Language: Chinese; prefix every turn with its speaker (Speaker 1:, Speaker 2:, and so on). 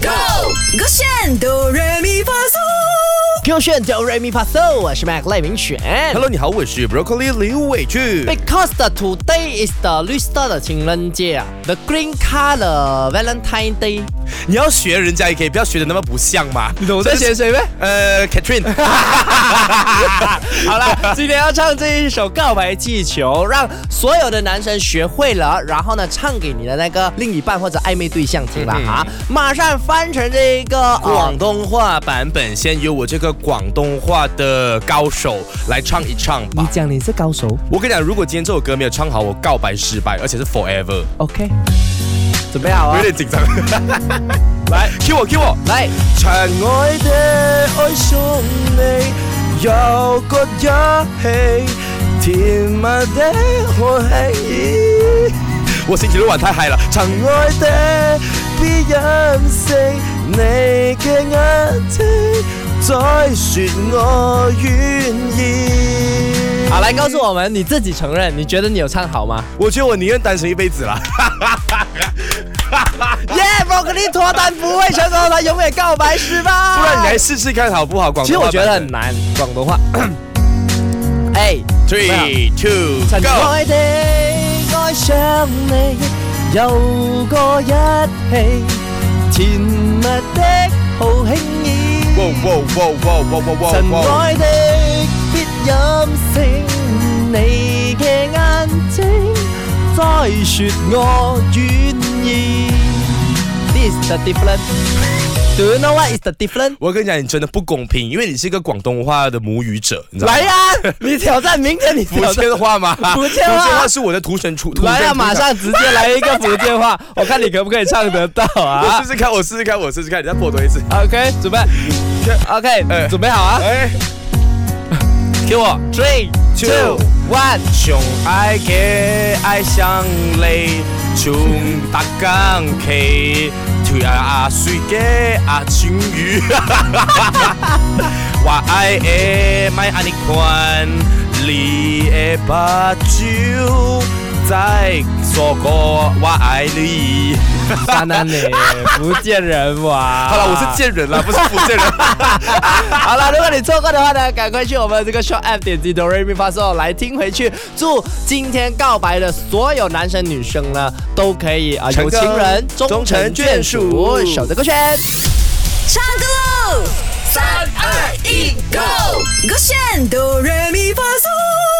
Speaker 1: Go，我选哆来咪发嗦。
Speaker 2: 勾选 Do Re Mi Fa So，我是 Mac 赖明选。
Speaker 3: Hello，你好，我是 Broccoli 刘伟俊。
Speaker 2: Because the today is the 绿色的情人节啊，the green color Valentine Day。
Speaker 3: 你要学人家也可以，不要学的那么不像嘛。你
Speaker 2: 我在学谁呗？
Speaker 3: 呃，Catherine，
Speaker 2: 好了， 今天要唱这一首《告白气球》，让所有的男生学会了，然后呢，唱给你的那个另一半或者暧昧对象听了啊，马上翻成这个呃
Speaker 3: 广东话版本，先由我这个广东话的高手来唱一唱吧。
Speaker 2: 讲你是高手
Speaker 3: 我跟你讲，如果今天这首歌没有唱好，我告白失败，而且是 forever。
Speaker 2: ，OK？准备好
Speaker 3: 我
Speaker 2: 啊
Speaker 3: 有，点紧张， 来 Q 我 Q 我。
Speaker 2: 来，
Speaker 3: 亲愛的，愛上你，有個一起，甜蜜的我喜。我星期六晚太嗨了，親愛的，別隱飾你嘅眼睛，再説我願意。
Speaker 2: 好，来告诉我们你自己承认，你觉得你有唱好吗？
Speaker 3: 我觉得我宁愿单身一辈子啦。
Speaker 2: 耶 b r o c c o 脱单不会成功，他永远告白失败。
Speaker 3: 不然你来试试看好不好？广
Speaker 2: 其实
Speaker 3: 东话
Speaker 2: 我觉得
Speaker 3: 版
Speaker 2: 很
Speaker 3: 本
Speaker 2: 难，广 东话。哎，
Speaker 3: three two
Speaker 2: 親
Speaker 3: go。
Speaker 2: 愛的，愛上你，有個一起，甜蜜的好輕易。
Speaker 3: 哇哇哇哇哇哇
Speaker 2: 親
Speaker 3: 哇哇！
Speaker 2: 愛的，別飲勝你嘅眼睛，再説我願意。This is the difference. Do you know what is the difference?
Speaker 3: 我跟你讲，你真的不公平，因为你是一个广东话的母语者，你知道吗？
Speaker 2: 来呀、你挑战，明天你
Speaker 3: 福
Speaker 2: 挑战。
Speaker 3: 建话 吗？
Speaker 2: 福建话
Speaker 3: 是我的土生出，土生
Speaker 2: 来呀、
Speaker 3: 土长
Speaker 2: 马上直接来一个福建 话，我看你可不可以唱得到
Speaker 3: 我
Speaker 2: 啊
Speaker 3: 试试看，我试试看，我试试看，你再播多一次。
Speaker 2: ？OK，准备，OK，
Speaker 3: 哎
Speaker 2: 准备好啊，
Speaker 3: 哎，
Speaker 2: 给我 three two
Speaker 3: two,
Speaker 2: one，
Speaker 3: 上爱嘅爱上你，像搭钢琴，跳阿水嘅阿青鱼。话爱的卖安尼款，你的把酒再说过我爱你。
Speaker 2: 渣男你，福建人哇！
Speaker 3: 好了，我是。贱人啦，不是福建人。
Speaker 2: 好了，如果你错过的话呢，赶快去我们这个 Show App 点击 Do Re Mi Fa So 来听回去。祝今天告白的所有男生女生呢，都可以啊、
Speaker 3: 成
Speaker 2: 有情人
Speaker 3: 功
Speaker 2: 终成
Speaker 3: 终成眷
Speaker 2: 眷属，
Speaker 3: 属
Speaker 2: 守着歌圈。
Speaker 1: 唱歌喽！三二一，Go！我选哆来咪发嗦。